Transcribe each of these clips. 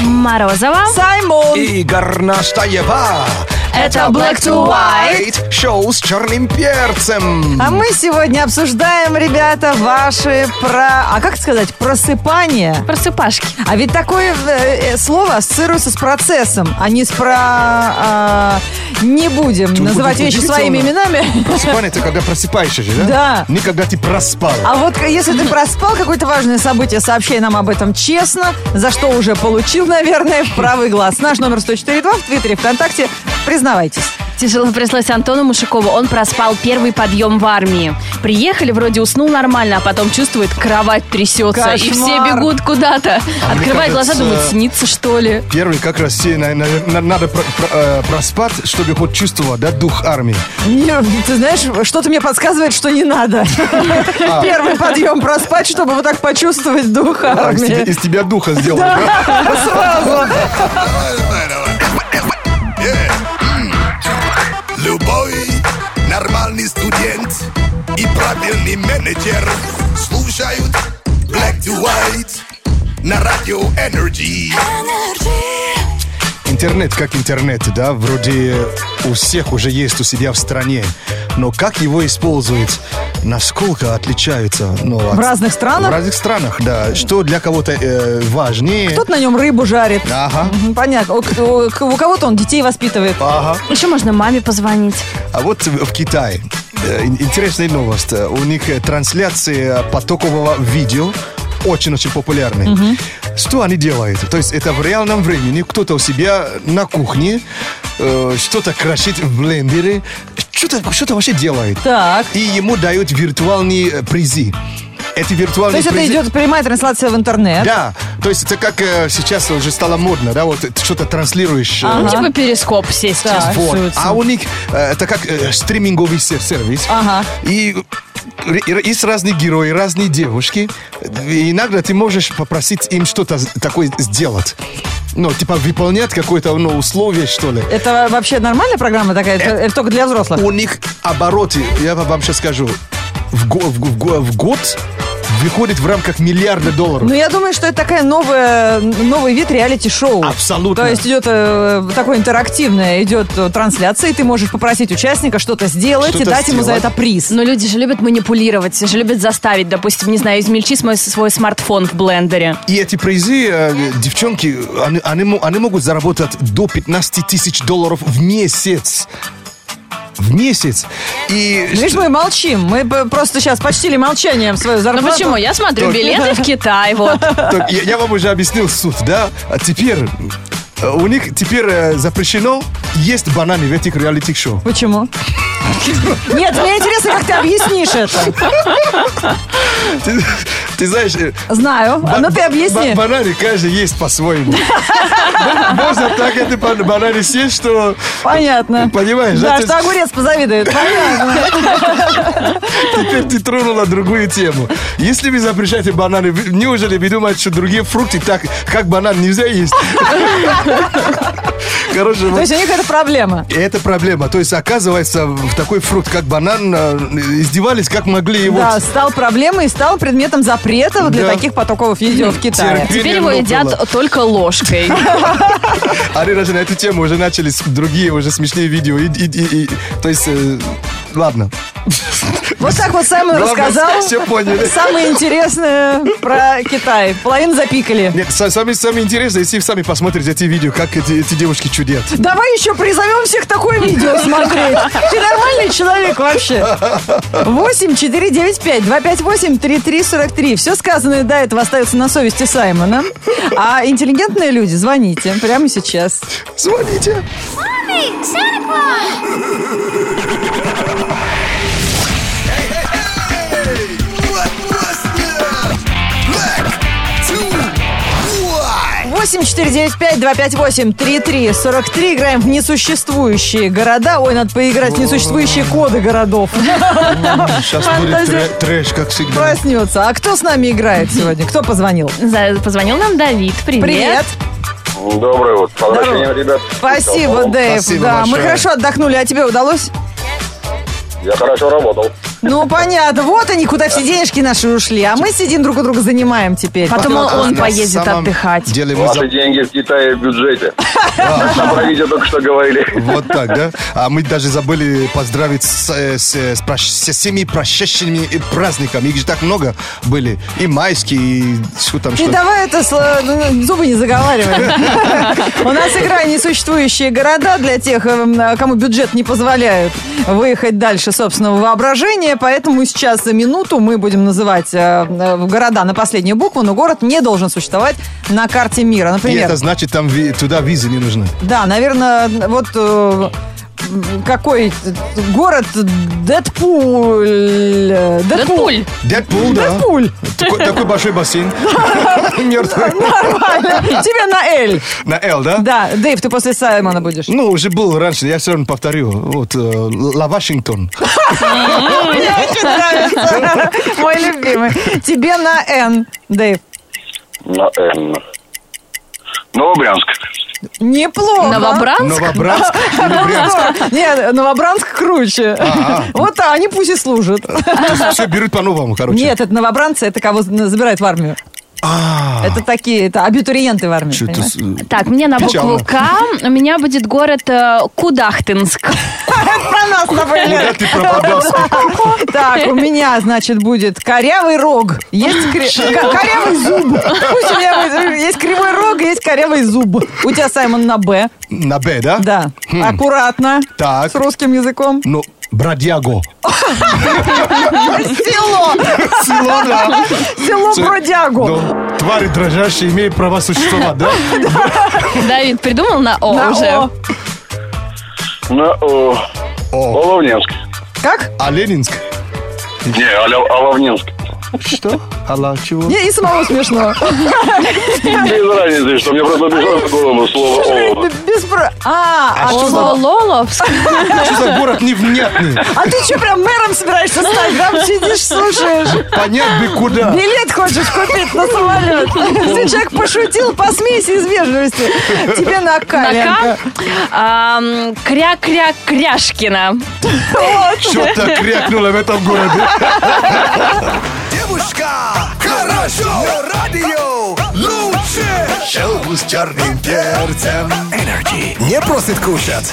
Морозова. Саймон! И Горнаштаева. Это Black to White. Шоу с черным перцем. А мы сегодня обсуждаем, ребята, ваши про... А как сказать? Просыпание. Просыпашки. А ведь такое э, э, слово ассоциируется с процессом, а не с про... а, не будем называть вещи своими именами. Просыпание это когда просыпаешься же, Да. да? Не когда ты проспал. А вот к- если ты проспал какое-то важное событие, сообщай нам об этом честно, за что уже получил, наверное, в правый глаз. Наш номер 104.2 в Твиттере, ВКонтакте. Признавайтесь. Тяжело пришлось Антону Мушакову. Он проспал первый подъем в армии. Приехали, вроде уснул нормально, а потом чувствует, кровать трясется. И все Кошмар. бегут куда-то. А мне Открывает глаза, кажется, думает, снится что ли. Первый как раз все на- на- на- надо про- про- э, проспать, чтобы хоть чувствовать, да, дух армии. Не, ты знаешь, что-то мне подсказывает, что не надо. Первый подъем проспать, чтобы вот так почувствовать дух А, из, тебя, армии. из тебя духа сделали, да? Сразу. Mm. Любой нормальный студент и правильный менеджер слушают Black to White на радио Energy. Интернет как интернет, да, вроде у всех уже есть у себя в стране. Но как его используют, насколько отличаются? ну, от- В разных странах? В разных странах, да. Что для кого-то э, важнее? Кто-то на нем рыбу жарит. Ага. Мгм, Понятно. У, у- у кого-то он детей воспитывает. Ага. Еще можно маме позвонить. А вот в в Китае э, ин- интересная новость. Э, У них э, трансляции потокового видео очень-очень популярны. Что они делают? То есть это в реальном времени кто-то у себя на кухне э, что-то крошит в блендере, что-то что вообще делает. Так. И ему дают виртуальные э, призы. Эти То виртуальные есть это призы- идет прямая трансляция в интернет. Да, то есть это как э, сейчас уже стало модно, да, вот э, что-то транслируешь. э, Ну, типа перископ сесть. Так. вот. Рисуется. А у них э, это как э, стриминговый сер- сервис. Ага. И р- есть разные герои, разные девушки. И иногда ты можешь попросить им что-то с- такое сделать. Ну, типа выполнять какое-то ну, условие, что ли. Это вообще нормальная программа такая? Это, Э. это только для взрослых? У них обороты, я вам сейчас скажу, в, го- в го- в го- в год выходит в рамках миллиарда долларов. Ну, я думаю, что это такая новая, новый вид реалити-шоу. Абсолютно. То есть идет э, такое интерактивное, идет э, трансляция, и ты можешь попросить участника что-то сделать и Что-то дать ему за сделать. это приз. Но люди же любят манипулировать, же любят заставить, допустим, не знаю, измельчи свой, свой смартфон в блендере. И эти призы, э, девчонки, они, они мо- они могут заработать до 15 тысяч долларов в месяц. В месяц. Ну И Видишь, мы молчим. Мы б- просто сейчас почтили молчанием свою Ну зарплату. почему? Я смотрю, Только- билеты в Китай, вот. Так, я, я вам уже объяснил суть, да? А теперь э, у них теперь э, запрещено есть бананы в этих реалити-шоу. Почему? Нет, мне интересно, как ты объяснишь это. Ты, ты знаешь... э, Знаю. ба- Ну ты ба- объясни. ба- бананы каждый есть по-своему. М- Можно так эти бан- бананы съесть, что... Понятно. Понимаешь, да, да? ты- что огурец позавидует. Понятно. Теперь ты тронула другую тему. Если вы запрещаете бананы, вы- неужели вы думаете, что другие фрукты так, как банан, нельзя есть? Короче, То вот есть у них это проблема. И это проблема. То есть, оказывается, в такой фрукт, как банан, э, издевались, как могли его. Да, стал проблемой и стал предметом запрета вот для Да. таких потоков видео в Китае. Терпи. Теперь его Перелопнуло. едят только ложкой. Они даже на эту тему уже начали с- другие уже смешные видео. И- и- и- и- то есть, э, ладно. Вот так вот Саймон Главное, рассказал все поняли. самое интересное про Китай. Половину запикали. Нет, са- сами- самое интересное, если вы сами посмотрите эти видео, как эти, эти девушки чудят. Давай еще призовем всех такое видео смотреть. Ты нормальный человек вообще. 8 4 9 5 2 5 8 3 3 43. Все сказанное до этого остается на совести Саймона. А интеллигентные люди, звоните прямо сейчас. Звоните. Black to White. 8 4 9 5 2 5 8 3 3 43. Играем в несуществующие города. Ой, надо поиграть в несуществующие коды городов. Сейчас будет Фантазия. трэ- трэш, как всегда. Проснется. А кто с нами играет сегодня? Кто позвонил? За- Позвонил нам Давид. Привет. Привет. Доброе утро. С возвращением, ребят. Спасибо, Дэйв. Спасибо да, мы большое. хорошо отдохнули. А тебе удалось? Я хорошо работал. Ну, понятно. Вот они, куда все денежки наши ушли. А мы сидим друг у друга занимаем теперь. Потом он, А он на поедет самом отдыхать. деле мы Ну, за- Ваши деньги в Китае в бюджете. Про видео только что говорили. Вот так, да? А мы даже забыли поздравить с, э, с, э, с прощ- со всеми прошедшими и праздниками. Их же так много были. И майские, и что там, И что давай это сло- ну, зубы не заговаривай. У нас игра «Несуществующие города» для тех, эм, кому бюджет не позволяет выехать дальше собственного воображения. Поэтому сейчас за минуту мы будем называть э, э, города на последнюю букву, но город не должен существовать на карте мира. И Например, это значит, там ви- туда визы не нужны. да, наверное, вот э, м, какой город Дэдпуль. э, Дэдпуль. Дэдпул, да. Дэдпуль. Такой, такой большой бассейн. Мертвый. Нормально. Тебе на «Эль». На Л, да? Да, Дэйв, ты после Саймона будешь. Ну, уже был раньше, я все равно повторю. Вот, э, Ла Вашингтон. Мне очень нравится. Мой любимый. Тебе на Н, Дэйв. На Н. Новобрянск. Неплохо. Новобранск? Новобранск Ну, или Брянск. Нет, Новобранск круче. Вот а, они пусть и служат. Все берут по-новому, короче. Нет, это новобранцы, это кого забирают в армию. А, Это такие, это абитуриенты в армии. чё-то понимаешь? с- э, Так, мне на букву Печально. К. У меня будет город э, Кудахтинск. Про нас Куда забыли. ты пропадался? Так, у меня, значит, будет корявый рог. Есть кри- ко- корявый зуб. Пусть у меня будет- есть кривой рог, и есть корявый зуб. У тебя, Саймон, на Б. э, На Б, да? Да. Аккуратно. Хм. Так. С русским языком. Ну, Бродяго. Село! Село, да. Село Бродягу. Ну, твари дрожащие имеют права существовать, да? Давид придумал на О На уже? О. На О. О, Оловненск. Как? а Ленинск? Не, Оля- Оловненск. Что? Алла, чего? Не, и самого смешно. Без разницы, что мне просто пришло в голову слово Олова. Без про- А, а что ты- за- Лоловск? Что за город невнятный? а ты что, прям мэром собираешься стать? Там сидишь, слушаешь. Понять бы куда. Билет хочешь купить на самолет? Если человек пошутил, посмейся из вежливости. Тебе на На К. К. Ам, Кря-кря-кряшкина. Что-то крякнуло в этом городе. Девушка, хорошо, но радио лучше. Шоу с черным перцем. Energy. Не просит кушать.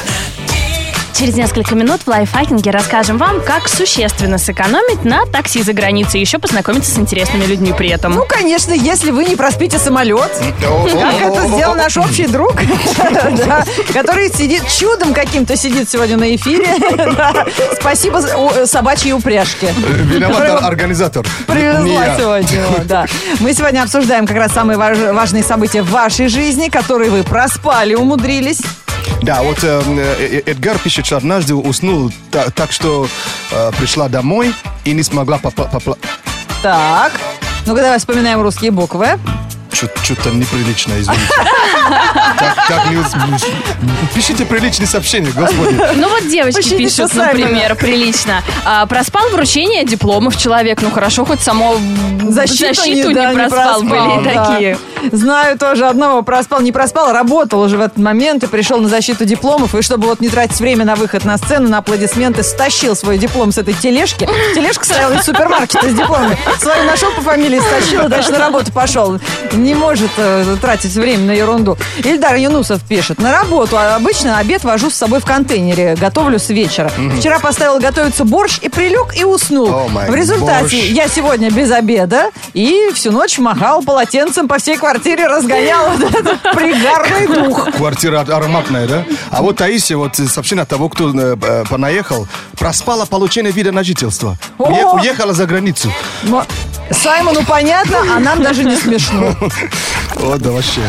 Через несколько минут в лайфхакинге расскажем вам, как существенно сэкономить на такси за границей и еще познакомиться с интересными людьми при этом. Ну, конечно, если вы не проспите самолет, как это сделал наш общий друг, да, который сидит чудом каким-то сидит сегодня на эфире. Да. Спасибо за- о, собачьей упряжке. Виноват организатор. Не Привезла я. сегодня. вот, да. Мы сегодня обсуждаем как раз самые важ- важные события в вашей жизни, которые вы проспали, умудрились. Да, вот э, э, Эдгар пишет, что однажды уснул та- так, что э, пришла домой и не смогла попла- попла- Так. Ну-ка, давай вспоминаем русские буквы. Что-то неприличное, извините. Так- так не уз- Пишите приличные сообщения, господи. Ну вот девочки Очень пишут, непосредственно. например, прилично. А, проспал вручение дипломов человек. Ну хорошо, хоть само защиту, не, да, проспал. Были и да. такие. Знаю тоже одного, проспал, не проспал, работал уже в этот момент и пришел на защиту дипломов. И чтобы вот не тратить время на выход на сцену, на аплодисменты, стащил свой диплом с этой тележки. Тележка стояла из супермаркета с дипломами. Свою нашел по фамилии, стащил, и дальше на работу пошел. Не может э, тратить время на ерунду. Ильдар Юнусов пишет. На работу а обычно обед вожу с собой в контейнере, готовлю с вечера. Вчера поставил готовиться борщ и прилег и уснул. О, май в результате борщ. я сегодня без обеда и всю ночь махал полотенцем по всей квартире, разгонял вот этот пригарный дух. Квартира ар- ароматная, да? А вот Таисия, вот э, сообщение от того, кто э, э, понаехал, проспала получение вида на жительство. Уе- О! Уехала за границу. Но Саймону понятно, а нам даже не смешно. Вот да вообще.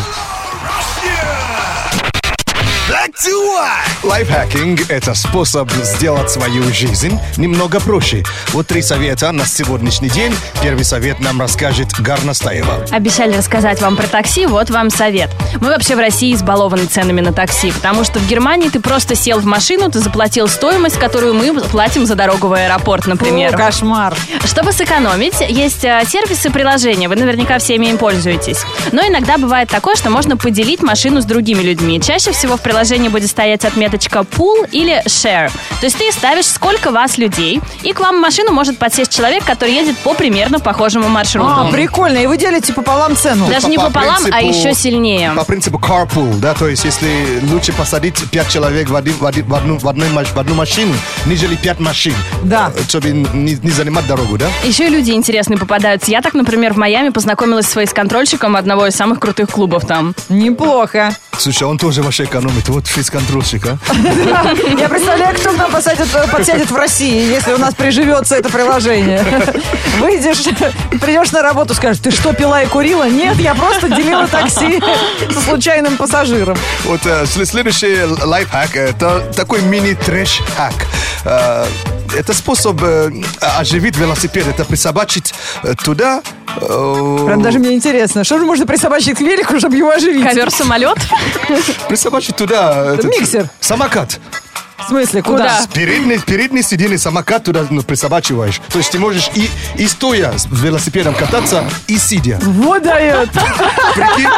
Black to white. Лайфхакинг – это способ сделать свою жизнь немного проще. Вот три совета на сегодняшний день. Первый совет нам расскажет Гарна Стаева. Обещали рассказать вам про такси, вот вам совет. Мы вообще в России избалованы ценами на такси, потому что в Германии ты просто сел в машину, ты заплатил стоимость, которую мы платим за дорогу в аэропорт, например. О, кошмар. Чтобы сэкономить, есть э, сервисы и приложения. Вы наверняка всеми им пользуетесь. Но иногда бывает такое, что можно поделить машину с другими людьми. Чаще всего в приложении будет стоять отметочка pool или share. То есть ты ставишь, сколько вас людей, и к вам в машину может подсесть человек, который едет по примерно похожему маршруту. А, прикольно. И вы делите пополам цену. Даже не пополам, а еще сильнее. По принципу carpool, да, то есть если лучше посадить пять человек в, один- в один- в одну, в одной маш- в одну машину, нежели пять машин, Да. э, чтобы не, не занимать дорогу, да? Еще и люди интересные попадаются. Я так, например, в Майами познакомилась с фейс-контрольщиком одного из самых крутых клубов там. Неплохо. Слушай, а он тоже вообще экономит. Вот фейс-контрольщик, а? Я представляю, кто к нам посадит, подсядет в России, если у нас приживется это приложение. Выйдешь, придешь на работу, скажешь, ты что, пила и курила? Нет, я просто делила такси со случайным пассажиром. Вот э, сл- следующий л- лайфхак э, это такой мини-трэш-хак. Э, это способ э, оживить велосипед, это присобачить э, туда. э, Прям даже мне интересно, что же можно присобачить к велику, чтобы его оживить? Ковер-самолет? Присобачить туда. э, этот, миксер. Самокат. В смысле, куда? Куда? Передний, передний сиденье самокат туда ну, присобачиваешь. То есть ты можешь и, и стоя с велосипедом кататься, и сидя. Вот дает. Прикинь?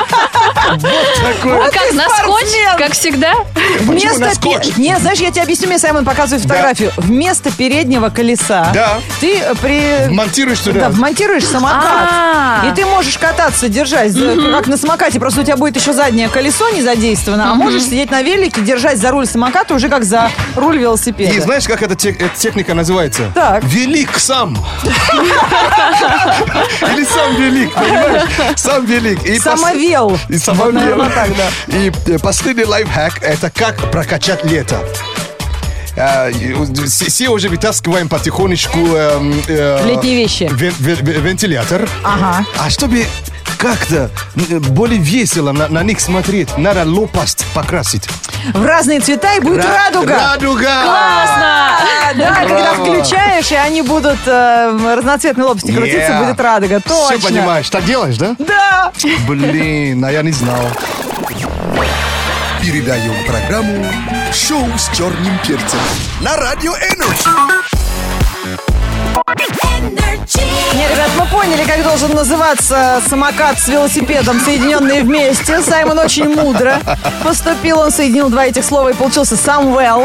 Вот такой. А как, на скотч, как всегда? Почему Вместо на скотч? пе- Не, знаешь, я тебе объясню, мне Саймон показывает фотографию. Вместо переднего колеса Да. ты э, при... Монтируешь туда. Да, вмонтируешь самокат. А. И ты можешь кататься, держась, за- как на самокате. Просто у тебя будет еще заднее колесо не задействовано, а можешь сидеть на велике, держась за руль самоката уже как за руль И велосипеда. знаешь, как эта, тек- эта техника называется? Так. Велик сам. Или сам велик, понимаешь? Сам велик. И пос- Самовел. И самовел. Вот, наверное, так, да. И э, последний лайфхак – это как прокачать лето. Э, и, э, Все все уже вытаскиваем потихонечку эм, э, Летние вещи. вен- вен- вен- вентилятор. Ага. А чтобы как-то э, более весело на, на них смотреть, надо лопасть покрасить. В разные цвета и будет радуга. Радуга! А, Да, когда Браво. включаешь, и они будут э, разноцветные лопасти крутиться, Yeah. будет радуга. Точно. Все понимаешь. Так делаешь, да? Да. Блин, а я не знал. Передаем программу «Шоу с черным перцем» на Радио Энерджи. Не, ребят, мы поняли, как должен называться самокат с велосипедом, соединенные вместе. Саймон очень мудро поступил, он соединил два этих слова и получился Самвел.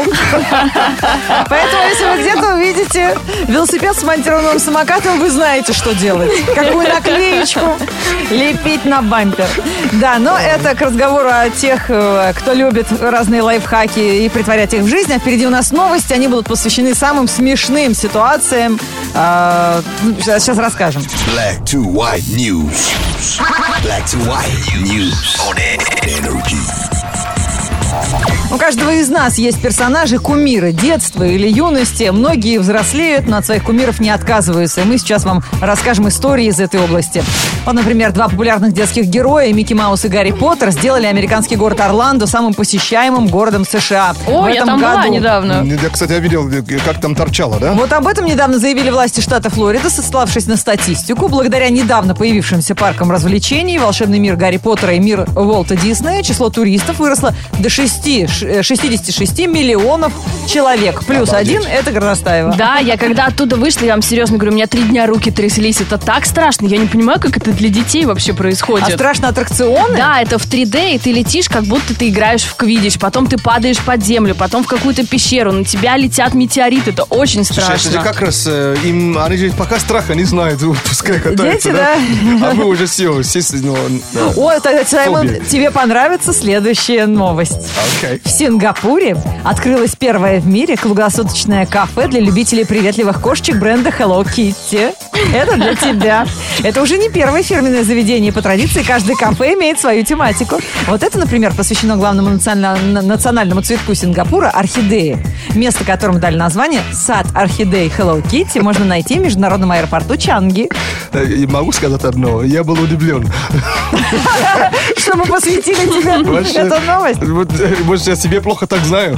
Поэтому, если вы где-то увидите велосипед с монтированным самокатом, вы знаете, что делать. Какую наклеечку лепить на бампер. Да, но это к разговору о тех, э, кто любит разные лайфхаки и притворять их в жизнь. А впереди у нас новости, они будут посвящены самым смешным ситуациям. А, ну, Сейчас сейчас расскажем. Black to white news. Black to white news on Energy. У каждого из нас есть персонажи, кумиры детства или юности. Многие взрослеют, но от своих кумиров не отказываются. И мы сейчас вам расскажем истории из этой области. Вот, например, два популярных детских героя, Микки Маус и Гарри Поттер, сделали американский город Орландо самым посещаемым городом США. О, в я этом там была году. недавно. Я, кстати, я видел, э, как там торчало, да? Вот об этом недавно заявили власти штата Флорида, сославшись на статистику. Благодаря недавно появившимся паркам развлечений, волшебный мир Гарри Поттера и мир Уолта Диснея, число туристов выросло до 6, ш- э, 66 миллионов человек. Плюс Обалдеть. один – это Горностаева. Да, я когда оттуда вышла, я вам серьезно говорю, у меня три дня руки тряслись. Это так страшно. Я не понимаю, как это для детей вообще А происходит. страшно аттракционы? Да, это в 3D, и ты летишь, как будто ты играешь в квидич. Потом ты падаешь под землю, потом в какую-то пещеру. На тебя летят метеориты. Это очень Слушай, а страшно. это же как раз э, им, они же пока страха не знают, вот пускай катаются, Дети, А мы уже все, все, с- ну, да. О, тогда, Саймон, Фобия. тебе понравится следующая новость. Окей. В Сингапуре открылось первое в мире круглосуточное кафе для любителей приветливых кошечек бренда Hello Kitty. Это для тебя. Это уже не первое фирменное заведение. По традиции каждое кафе имеет свою тематику. Вот это, например, посвящено главному национально- на- национальному цветку Сингапура – орхидеи. Место которому дали название «Сад орхидей Hello Kitty» можно найти в международном аэропорту Чанги. Э, и Могу сказать одно, я был удивлен. Что мы посвятили тебе эту новость? Вот, э, может, я себе плохо так знаю.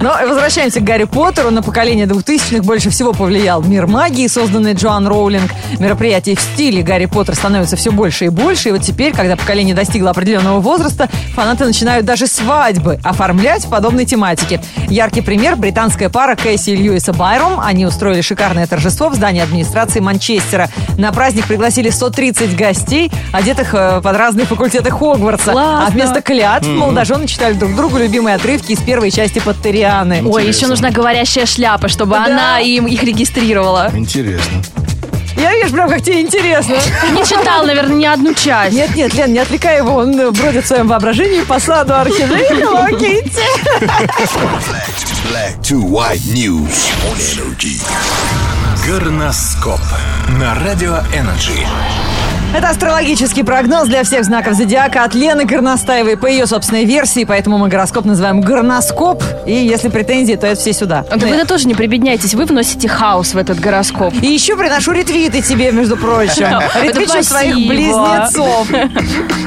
Но возвращаемся к Гарри Поттеру. На поколение 2000-х больше всего повлиял мир магии, созданный Джоан Роулинг. Мероприятий в стиле Гарри Поттер становится все больше и больше. И вот теперь, когда поколение достигло определенного возраста, фанаты начинают даже свадьбы оформлять в подобной тематике. Яркий пример – британская пара Кэсси и Льюиса Байром. Они устроили шикарное торжество в здании администрации Манчестера. На праздник пригласили 130 гостей. Один раздетых э, под разные факультеты Хогвартса. Классно. А вместо клятв молодожены читали друг другу любимые отрывки из первой части Паттерианы. Ой, еще нужна говорящая шляпа, чтобы Да. она им их регистрировала. Интересно. Я вижу прям, как тебе интересно. Не читал, наверное, ни одну часть. Нет, нет, Лен, не отвлекай его, он э, бродит в своем воображении по Ну, саду орхидеи Hello Kitty. Black to white news on energy. Горноскоп на Радио Энерджи. Это астрологический прогноз для всех знаков зодиака от Лены Горностаевой по ее собственной версии, поэтому мы гороскоп называем горноскоп, и если претензии, то это все сюда. А Да вы тоже не прибедняйтесь, вы вносите хаос в этот гороскоп. И еще приношу ретвиты тебе, между прочим. Ретвичу спасибо. своих близнецов.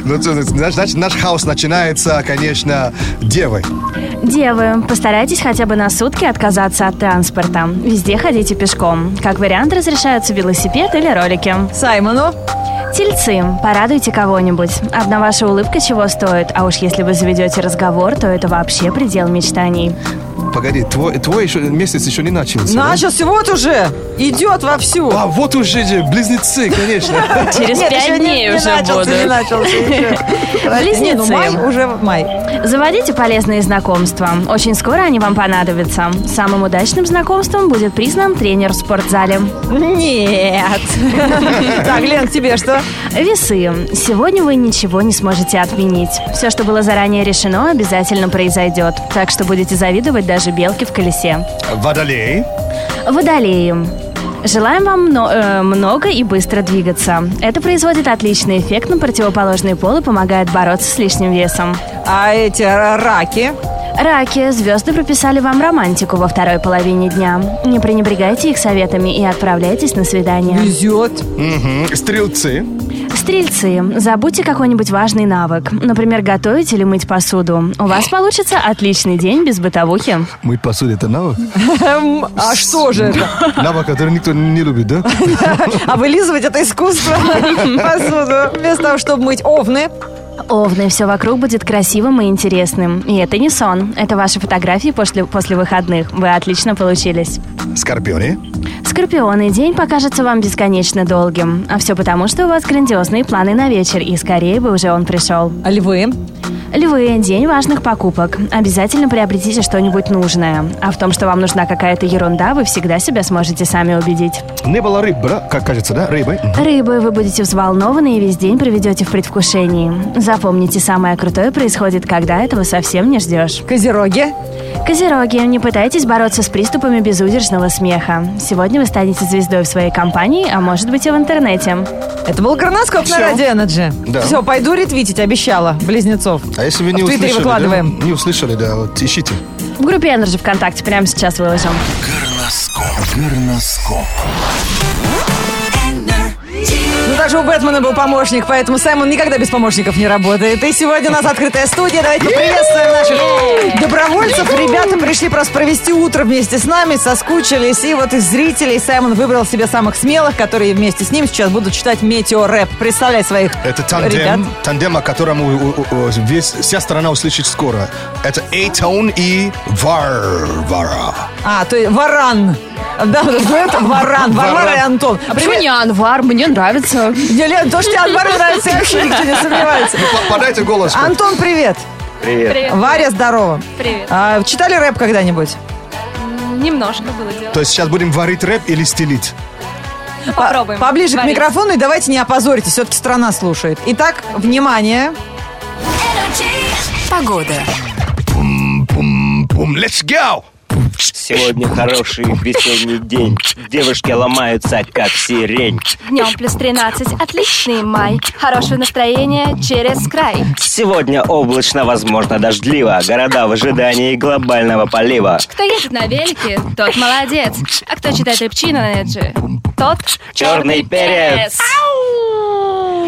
Ну, то есть, знаешь, значит, наш хаос начинается, конечно, девой. Девы, постарайтесь хотя бы на сутки отказаться от транспорта. Везде ходите пешком. Как вариант разрешаются велосипед или ролики. Саймону. Тельцы, порадуйте кого-нибудь. Одна ваша улыбка чего стоит, а уж если вы заведете разговор, то это вообще предел мечтаний. Погоди, твой, твой еще- месяц еще не начался. да? Начался Ну, а вот уже. Идет вовсю. А вот уже же близнецы, конечно. Через Нет, пять еще не- дней не уже начался, не будут. начался еще. Не, ну, Близнецы. май уже май. Заводите полезные знакомства. Очень скоро они вам понадобятся. Самым удачным знакомством будет признан тренер в спортзале. Нет. Так, Лен, тебе что? Весы. Сегодня вы ничего не сможете отменить. Все, что было заранее решено, обязательно произойдет. Так что будете завидовать даже белке в колесе. Водолей. Водолеи. Желаем вам мно- э, много и быстро двигаться. Это производит отличный эффект на противоположный пол и помогает бороться с лишним весом. А эти ра- раки? Раки. Звезды прописали вам романтику во второй половине дня. Не пренебрегайте их советами и отправляйтесь на свидание. Везет. Мгм. Стрелцы. Стрельцы, забудьте какой-нибудь важный навык. Например, готовить или мыть посуду. У вас получится отличный день без бытовухи. Мы посуду это навык. Эм, А что же это? Навык, который никто не любит, да? А вылизывать это искусство посуду. Вместо того, чтобы мыть овны. Овны, все вокруг будет красивым и интересным. И это не сон. Это ваши фотографии после, после выходных. Вы отлично получились. Скорпионы. Скорпионы, день покажется вам бесконечно долгим. А все потому, что у вас грандиозные планы на вечер, и скорее бы уже он пришел. А львы? Львы, день важных покупок. Обязательно приобретите что-нибудь нужное. А в том, что вам нужна какая-то ерунда, вы всегда себя сможете сами убедить. Не было рыб, да? Как кажется, да? Рыбы. Рыбы, вы будете взволнованы и весь день проведете в предвкушении. Запомните, самое крутое происходит, когда этого совсем не ждешь. Козероги? Козероги, не пытайтесь бороться с приступами безудержного смеха. Сегодня вы станете звездой в своей компании, а может быть и в интернете. Это был горноскоп на Радио Энерджи. Да. Все, пойду ретвитить, обещала, близнецов. А если вы не В Твиттере услышали, да? выкладываем. Не услышали, да, вот ищите. В группе Energy ВКонтакте прямо сейчас выложим. Горноскоп. Горноскоп. Ну, даже у Бэтмена был помощник, поэтому Саймон никогда без помощников не работает. И сегодня у нас открытая студия. Давайте поприветствуем наших добровольцев. Ребята пришли просто провести утро вместе с нами, соскучились. И вот из зрителей Саймон выбрал себе самых смелых, которые вместе с ним сейчас будут читать метеорэп. Представляй своих Это ребят. тандем, тандем, о котором у- у- у- весь, вся страна услышит скоро. Это Эйтон и Варвара. А, то есть Варан. Да, дуэт Варан. Варвара и Антон. А почему не Анвар? Мне нравится. Не, Лен, то, что тебе Анвар нравится, я вообще никто не сомневается. Подайте голос. Антон, привет. Привет. Варя, здорово. Привет. читали рэп когда-нибудь? То есть сейчас будем варить рэп или стелить? Попробуем. Поближе к микрофону и давайте не опозоритесь, все-таки страна слушает. Итак, внимание. Пум-пум, let's go! Сегодня хороший весенний день. Девушки ломаются, как сирень. Днем плюс 13, отличный май. Хорошее настроение через край. Сегодня облачно, возможно, дождливо. Города в ожидании глобального полива. Кто едет на велике, тот молодец. А кто читает репчина на Эджи, тот Черный перец.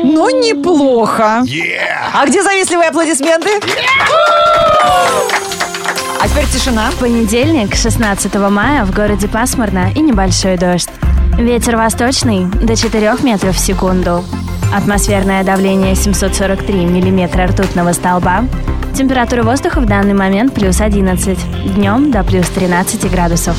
Ну, неплохо. А где завистливые аплодисменты? А теперь тишина. Понедельник, 16 мая, в городе пасмурно и небольшой дождь. Ветер восточный до 4 метров в секунду. Атмосферное давление 743 миллиметра ртутного столба. Температура воздуха в данный момент плюс 11. Днем до плюс 13 градусов.